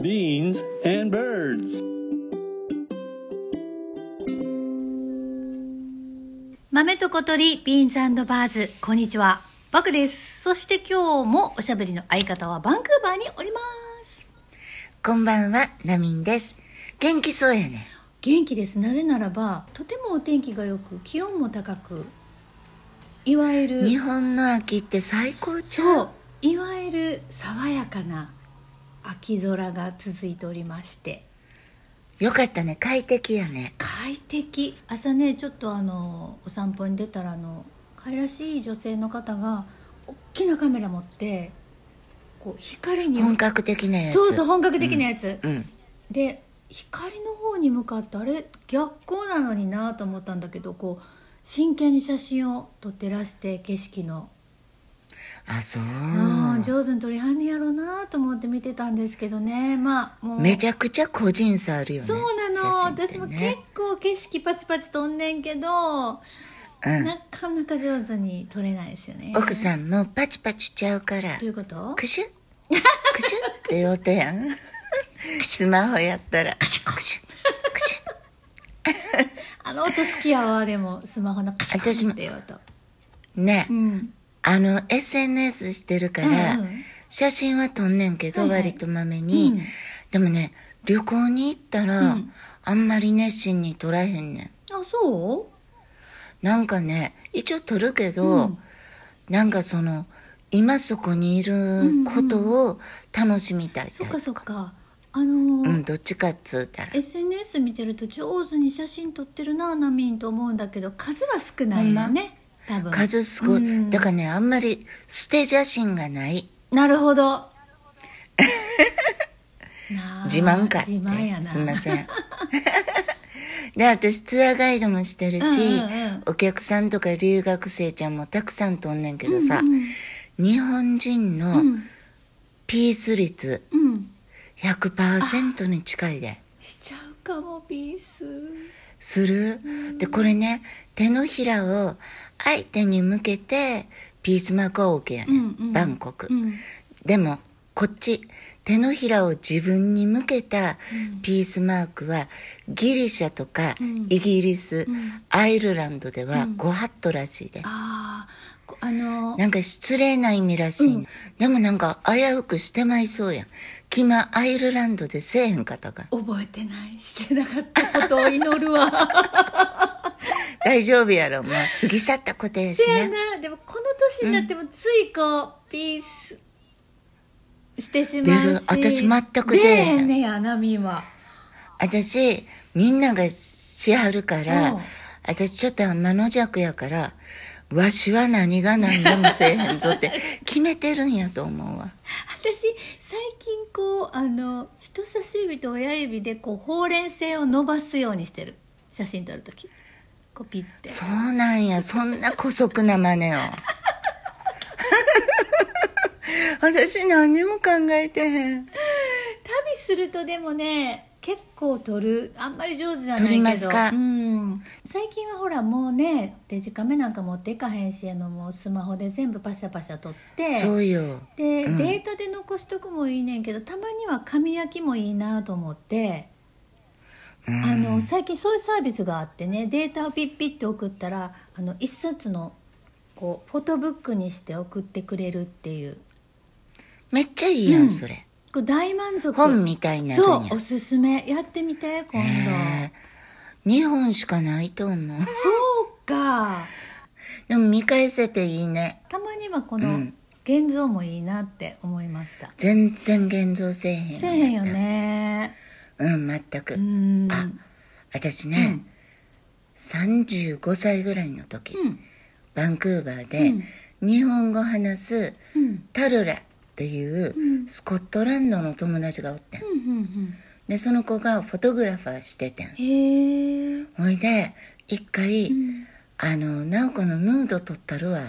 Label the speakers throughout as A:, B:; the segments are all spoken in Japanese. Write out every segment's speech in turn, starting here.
A: beans and birds.
B: 豆と小鳥、ビーンズバーズ、こんにちは。バクです。そして今日もおしゃべりの相方はバンクーバーにおります。
C: こんばんは、ナミンです。元気そうやね。
B: 元気です。なぜならば、とてもお天気が良く、気温も高く、いわゆる、
C: 日本の秋って最高じゃん
B: そう、いわゆる爽やかな秋空が続いておりまして、
C: よかったね、快適やね。
B: 快適朝ねちょっとあのお散歩に出たらあの可愛らしい女性の方が大きなカメラ持ってこう光に
C: 本格的なやつ。
B: そうそう本格的なやつ、
C: うん。
B: で光の方に向かってあれ逆光なのになと思ったんだけどこう真剣に写真を撮ってらして景色の、
C: あ、そう。
B: うん上手に撮りはんねやろうなと思って見てたんですけどねまあもう
C: めちゃくちゃ個人差あるよね。
B: そうなの、
C: 写
B: 私
C: 真
B: も
C: って
B: 結
C: ね。
B: 構景色パチパチ飛んでんけどなかなか上手に撮れないですよね
C: うん。奥さ
B: ん
C: んもパチパチちゃうから
B: どう、いうこと
C: クシュックシュッって言うてやん。スマホやったら、クシュックシュックシュッ
B: あの音好きやわでもスマホのカシャカシャっていう音
C: ね、
B: うん
C: あの、SNS してるから、
B: うんうん
C: 写真は撮んねんけど、
B: はいはい
C: 割とまめに、
B: うん
C: でもね、旅行に行ったら、
B: うん
C: あんまり熱心に撮らへんねん。
B: あそ
C: なんかね、一応撮るけど、
B: うん
C: なんかその、今そこにいることを楽しみたいタイ
B: う
C: プ
B: そっかそっかあのー
C: うん、どっちかっつうたら。
B: SNS 見てると上手に写真撮ってるなナミンと思うんだけど数は少ないよね多分
C: 数すごい、
B: うん
C: だからね、あんまり捨て写真がない。
B: なるほ どなあ
C: 自慢かって。
B: 自慢やな
C: すいません。 で、私ツアーガイドもしてるし、
B: うんうんうん
C: お客さんとか留学生ちゃんもたくさんとんねんけどさ、
B: うんうん
C: 日本人
B: う
C: の
B: ん
C: ピース率
B: うん
C: 100%に近いで。
B: しちゃうかもピース
C: するで、これね、手のひらを相手に向けて、ピースマークは OK や
B: う
C: ね、
B: んうん
C: バンコク。
B: うん
C: でも、こっち、手のひらを自分に向けたピースマークは、ギリシャとか
B: うん
C: イギリス、
B: うん
C: アイルランドでは
B: うん
C: ご法度らしいで。
B: ああこあの
C: なんか失礼な意味らしい、ね
B: うん
C: でもなんか危うくしてまいそうやん。今、アイルランドでせえへんかったか。
B: 覚えてないしてなかったことを祈るわ
C: 大丈夫やろ、もう過ぎ去ったことやし
B: せや
C: ね。
B: なでもこの年になってもついこうピースしてしま
C: 出
B: う
C: る
B: し
C: 私全く出
B: 出
C: え
B: え
C: へん
B: へんねやナミンは
C: 私、みんながしはるか
B: うん
C: ら、私ちょっと天の弱やから、わしは何が何でもせえへんぞって 決めてるんやと思うわ。
B: 私最近こうあの人差し指と親指でこうほうれん線を伸ばすようにしてる写真撮るときこうピッて
C: そうなんや、そんな古速な真 似を。私何にも考えてへん。
B: 旅するとでもね結構撮るあんまり上手じゃないけど
C: 撮りますか
B: うん、最近はほらもうねデジカメなんか持っていかへんしあのもうスマホで全部パシャパシャ撮って
C: そうよ。
B: で、
C: うん
B: データで残しとくもいいねんけどたまには紙焼きもいいなと思って、
C: うん
B: あの最近そういうサービスがあってねデータをピッピッて送ったらあの一冊のこうフォトブックにして送ってくれるっていう
C: めっちゃいいやん、
B: うん
C: それ。
B: これ大満足
C: 本みたいなの
B: そ
C: に
B: うおすすめやってみて今度、
C: へえ日本しかないと思う。
B: そうか
C: でも見返せていいね。
B: たまにはこ
C: う
B: の
C: ん
B: 現像もいいなって思いました、
C: 全然現像せえへん。
B: せえへんよ。ね
C: うん、全く。
B: うん
C: あ私ね、35歳ぐらいの時、
B: うん
C: バンクーバーで、日本語話す
B: うん
C: タルラっていう、
B: うん
C: スコットランドの友達がおってん
B: うんうん
C: でその子がフォトグラファーしててん
B: うんへえ
C: ほいで一回、
B: うん
C: あの「直子のヌード撮ったるわ」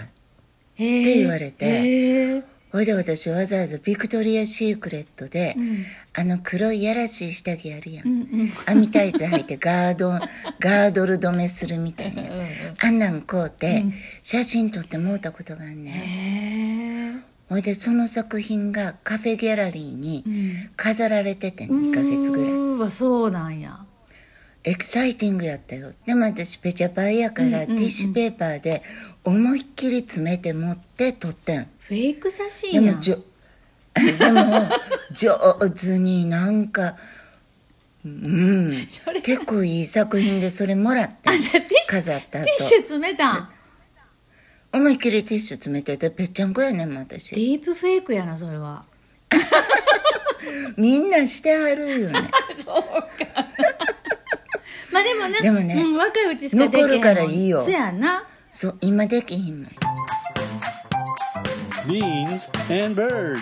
B: へえ
C: って言われて
B: へえ
C: ほいで私わざわざビクトリア・シークレットで、
B: うん
C: あの黒いやらしい下着あるやん、
B: うんうん
C: 編みタイツ履いてガ ードガードル止めするみたいな
B: うんうん
C: あんなん買うて
B: うん
C: 写真撮ってもうたことがあんねん
B: へえ
C: ほいでその作品がカフェギャラリーに
B: うん
C: 飾られてて2ヶ月ぐらいう
B: ーわそうなんや
C: エキサイティングやったよでも私ペチャパイやか
B: うんうんう
C: ら
B: ん
C: ティッシュペーパーで思いっきり詰めて持って撮ってん
B: フェイク写
C: で
B: 真や
C: も
B: ん
C: じょでも上手になんかうん
B: それ
C: 結構いい作品でそれもらって
B: あじゃあティッシュ
C: 飾った
B: ティ
C: 後
B: ッシュ詰めたん
C: 思いっきりティッシュ詰めててぺっちゃんこやねんもん
B: デ
C: 私
B: ィープフェイクやなそれは
C: みんなしてはるよね
B: まあでもね
C: でもね
B: うん、若いうちしかできへんもん
C: 残るからいいよ
B: そやな
C: そう今できひんもん
A: Beans and birds.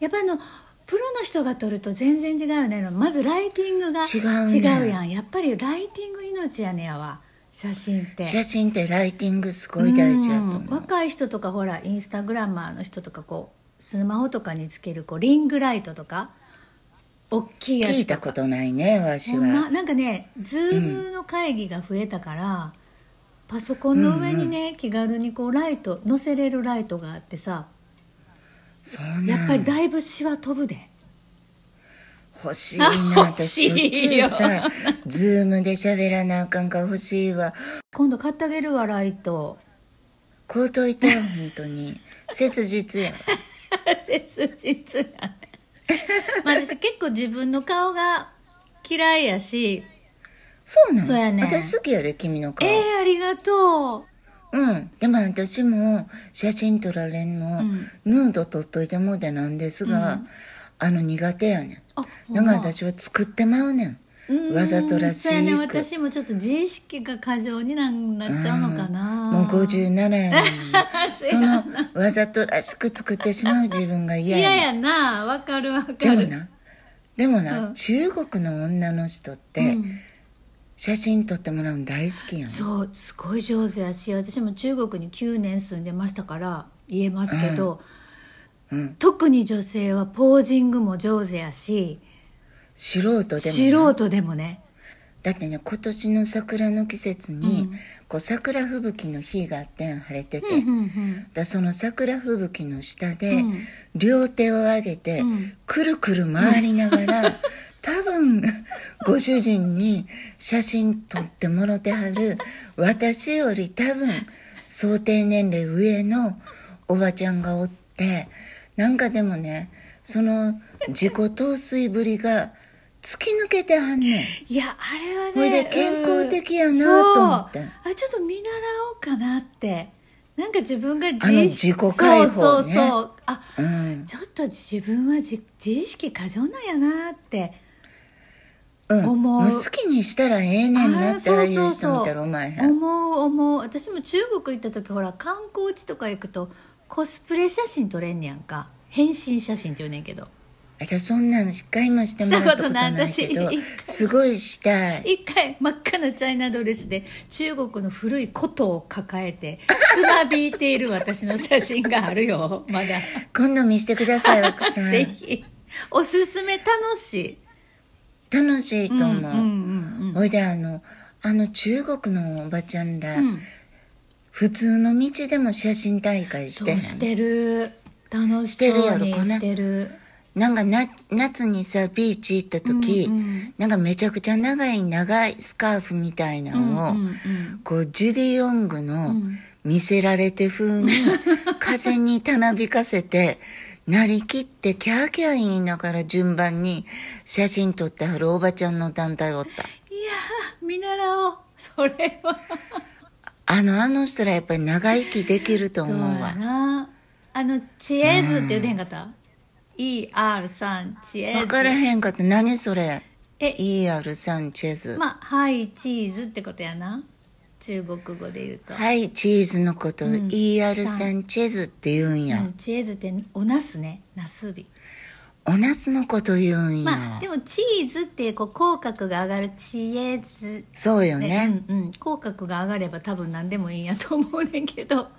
B: やっぱあのプロの人が撮ると全然違うよねまずライティングが
C: 違うね
B: 違うやんやっぱりライティング命やねやわ写真って
C: 写真ってライティングすごい大事やと
B: う
C: 思
B: ん
C: う
B: 若い人とかほらインスタグラマーの人とかこうスマホとかにつけるこうリングライトとか大きいやつ
C: 聞いたことないねわし
B: ほ
C: は、
B: んまなんかねズームの会議が増えたから、パソコンの上にね、気軽にこうライト載せれるライトがあってさ
C: そうなん
B: やっぱりだいぶシワ飛ぶで、
C: 欲しいな
B: あ欲し
C: 私しょっち
B: い
C: ゅ
B: よ
C: うさズームで喋らなあかんから欲しいわ
B: 今度買ってあげるわライト
C: こうといてよ本当 に切実やわ
B: 切実やねまあ私結構自分の顔が嫌いやし
C: そうなん
B: そうやね
C: 私好きやで君の
B: え
C: 顔、
B: ー、ありがと
C: うんでも私も写真撮られんの、
B: うん
C: ヌード撮っといてもうてなんですが、
B: うん
C: あの苦手やね
B: うあ
C: んだから私は作ってまうねんわざとらし
B: いそうやね
C: く
B: 私もちょっと自意識が過剰になんなっちゃうのかな
C: もう57やねん そのわざとらしく作ってしまう自分が嫌
B: 嫌
C: やねん
B: やなわかるわ
C: で
B: か
C: も
B: る
C: なでもな、
B: うん
C: 中国の女の人っ
B: う
C: て
B: ん
C: 写真撮ってもらうの大好きやん、
B: そうすごい上手やし私も中国に9年住んでましたから言えますけど、
C: うん
B: 特に女性はポージングも上手やし
C: 素人でもな
B: 素人でもね
C: だってね今年の桜の季節に、
B: うん
C: こう桜吹雪の日があってん晴れてて、
B: うんうん
C: だその桜吹雪の下で、
B: うん
C: 両手を上げて、
B: うん
C: くるくる回りながら、 多分ご主人に写真撮ってもろてはる私より多分想定年齢上のおばちゃんがおってなんかでもねその自己陶酔ぶりが突き抜けてはんねん。
B: いやあれはね
C: ほいで健康的やなと思って
B: うんそうあれちょっと見習おうかなってなんか自分が
C: あの自己解
B: そう
C: 放ね
B: そうそうあ
C: うん
B: ちょっと自分は自自意識過剰なんやなって
C: うん、
B: 思う
C: もう好きにしたらええねんなってあ
B: あ
C: あ
B: ー
C: い
B: そうそ
C: う
B: うそう
C: 人見たらお前へん
B: 思う思う私も中国行った時ほら観光地とか行くとコスプレ写真撮れんねやんか変身写真って言うねんけど
C: 私そんなん一回もしてもらったことないけ
B: したこと
C: ど
B: ない私
C: すごいしたい
B: 一回真っ赤なチャイナドレスで中国の古い琴を抱えてつまびいている私の写真がある よまだ
C: 今度見してくだ さい奥さん
B: ぜひおすすめ楽しい
C: 楽しいと思う、
B: うんうん
C: ほいであのあの中国のおばちゃんら、
B: うんうん
C: 普通の道でも写真大会して
B: そ
C: へん
B: うしてる楽し
C: してる
B: そう
C: やろ
B: に
C: こんな
B: してる
C: なんかな夏にさビーチ行った時、
B: うんうん
C: なんかめちゃくちゃ長い長いスカーフみたいなのを、
B: うんうんうん
C: こうジュディ・ヨング
B: う
C: の
B: ん
C: 「見せられて」風に風にたなびかせてなりきってキャーキャー言いながら順番に写真撮ってはるおばちゃんの団体おった
B: いやー見習おうそれは
C: あのあの人らやっぱり長生きできると
B: そう
C: 思う
B: や
C: わ
B: なあのチエーズって言うてへんかった ER3 チエーズ
C: 分からへんかった何それ
B: え
C: ER サンチェズ、
B: まあはいチーズってことやな中国語で言うと、
C: はいチーズのことを ER サンチェズって言うんや、
B: うんチエーズっておなすねなすび
C: おなすのこと言うんや、
B: まあでもチーズってこう口角が上がるチエーズ
C: そうよね
B: うんうん、口角が上がれば多分何でもいいんやと思うねんけどあ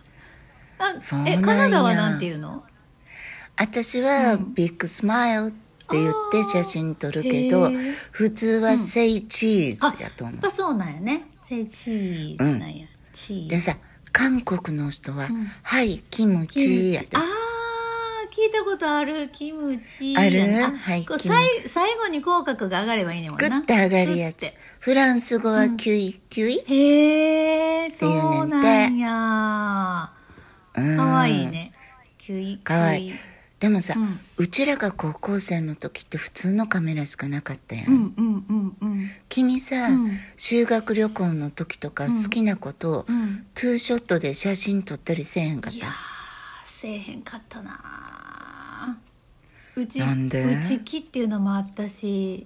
C: そうなん
B: え
C: や
B: カナダはなんて言うの
C: 私はビッグスマイルって言って写真撮るけど、
B: あーへー
C: 普通はセイチーズやと
B: や
C: 思
B: っ
C: う、
B: ぱそうなんやねセイチーズなんや、チーズ
C: でさ韓国の人は、
B: ん
C: はいキムチやって
B: あ聞いたことあるキムチ
C: ある
B: やな
C: はい
B: こう
C: キ
B: さ
C: ム
B: い最後に口角が上がればいいねもん
C: グ
B: な
C: ッと上がる
B: グ
C: や
B: ッ
C: つ
B: て。
C: フランス語はキュイ、キュイ
B: へえ
C: て
B: そ
C: いうねんて
B: うなんや
C: うん
B: かわいいねキュイ
C: かわいい
B: キュイ
C: でもさ、
B: う
C: うんちらが高校生の時って普通のカメラしかなかったやん、
B: うんうんうんうん
C: 君さ、
B: うん
C: 修学旅行の時とか好きなことを、
B: うん
C: ツーショットで写真撮ったりせえへんかっ
B: いやー
C: た
B: せえへんかったなーうち
C: なんで
B: うちきっていうのもあったし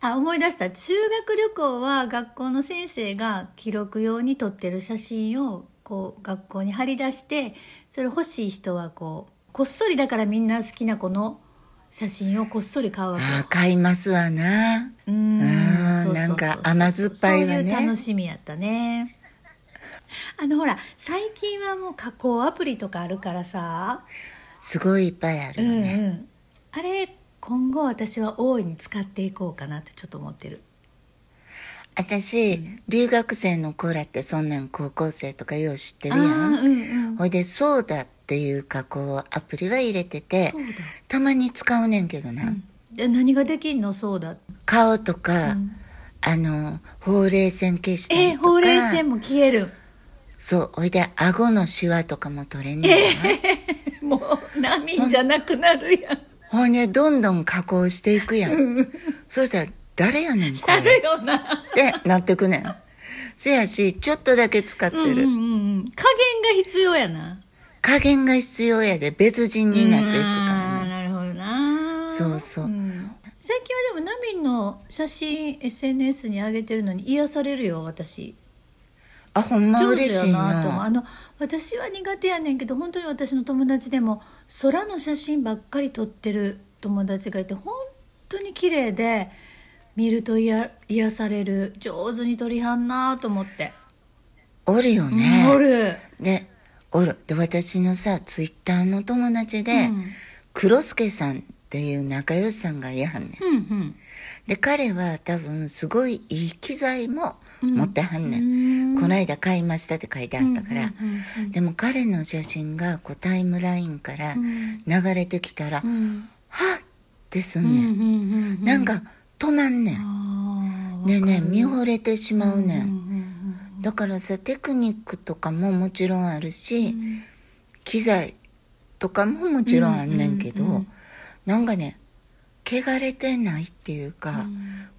B: あ思い出した修学旅行は学校の先生が記録用に撮ってる写真をこう学校に貼り出してそれ欲しい人はこうこっそりだからみんな好きな子の写真をこっそり買うわけよ
C: あー買いますわな
B: うー
C: あ
B: ん
C: ー
B: そうそうそう
C: なんか甘酸っぱいわね
B: そういう楽しみやった ねあのほら最近はもう加工アプリとかあるからさ、
C: すごいいっぱいある
B: うん
C: よ
B: う
C: ね、
B: んあれ今後私は大いに使っていこうかなってちょっと思ってる
C: 私、留学生の子らってそんなん高校生とかよう知って
B: あ
C: るやん、
B: ーうんうん
C: ほいで「そうだ」っていう加工アプリは入れてて
B: そうだ
C: たまに使うねんけどな、
B: で何ができんのそうだ
C: 顔とか、あのほうれい線消した
B: えー
C: りとか、
B: ほうれい線も消える
C: そうほいで顎のシワとかも取れんねんな、
B: もう波じゃなくなるやん
C: ほいでどんどん加工していくやん、そうしたら「誰やねんこ
B: ある
C: れ」
B: よな
C: ってなってくねんせやしちょっとだけ使って
B: うんうん
C: る、
B: うんうん加減が必要やな
C: 加減が必要やで別人になっていくからね
B: あーなるほどな
C: そうそうん
B: 最近はでもナミンの写真 SNS に上げてるのに癒されるよ私
C: あほんま嬉しい
B: と思う
C: な
B: あの私は苦手やねんけど本当に私の友達でも空の写真ばっかり撮ってる友達がいて本当に綺麗で見ると癒癒される上手に撮りはんなと思って、
C: おるよね、
B: うんおる
C: でおるで私のさツイッターの友達で、
B: うん
C: 黒助さんっていう仲良しさんがいはんねん
B: うんうん
C: で彼は多分すごいいい機材も持ってはんね、
B: うんん
C: こないだ買いましたって書いてあったから、
B: うんうんうんうん
C: でも彼の写真がこうタイムラインから
B: ん
C: 流れてきたら、
B: うん
C: はっってす
B: うんんう
C: ねん、
B: んうん
C: なんか止まんねん、
B: あー
C: ねえねえ
B: わかる
C: 見惚れてしまうねん、
B: うんうんうん
C: だからさテクニックとかももちろんあるし、
B: ん
C: 機材とかももちろんあんねんけど、
B: うんうんうん
C: なんかね汚れてないっていうか、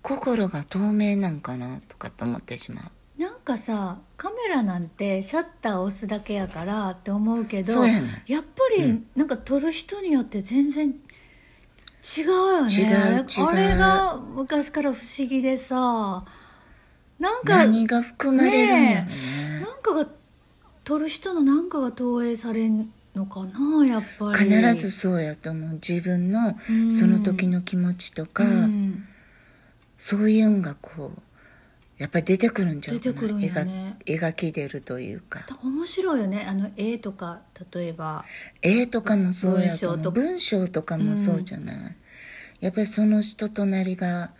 C: 心が透明なんかなとかと思ってしまう
B: なんかさカメラなんてシャッターを押すだけやからって思うけど
C: そうやねん
B: やっぱりなんか撮る人によって全然違うよね
C: 違う
B: あれ
C: 違う
B: あれが昔から不思議でさなんか
C: 何が含まれるんやろね
B: ねえなんかが撮る人のなんかが投影されんのかなやっぱり
C: 必ずそうやと思う自分の
B: うん
C: その時の気持ちとか、
B: うん
C: そういうんがこうやっぱり出てくるんちゃうか
B: 出
C: な
B: てくるんやね
C: 描描き出るというか
B: 面白いよねあの絵とか例えば
C: 絵とかもそうやと
B: 文章
C: 思
B: と
C: う
B: か
C: 文章とかもそうじゃない、やっぱりその人となりが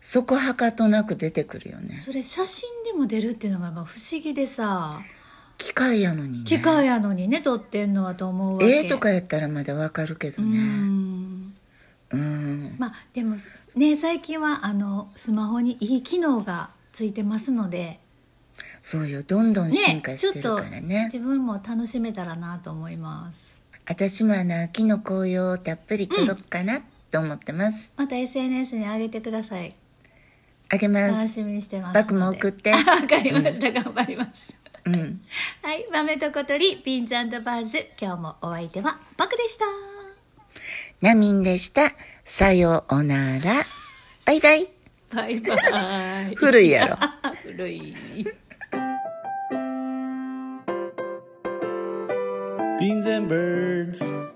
C: そこはかとなく出てくるよね
B: それ写真でも出るっていうのがまあ不思議でさ
C: 機械やのにね
B: 機械やのにね撮ってんのはと思うわけ
C: 絵とかやったらまだわかるけど
B: う
C: ね
B: ん
C: うん
B: まあでもね最近はあのスマホにいい機能がついてますので
C: そうよどんどん進化
B: ち
C: し
B: ょって
C: る
B: と
C: からね
B: 自分も楽しめたらなと思います
C: 私もあの秋の紅葉をたっぷり撮ろっかなと思ってます、
B: また SNS に上げてください
C: あげま
B: 楽
C: す
B: しみにしてます
C: バッグも送って て
B: わかりました、頑張ります
C: うん
B: はい豆と小鳥ピンズバーズ今日もお相手はバクでした
C: ナミンでしたさようならバイバイ
B: バイバ イ
C: 古いやろ
B: 古い。
A: Beans and birds.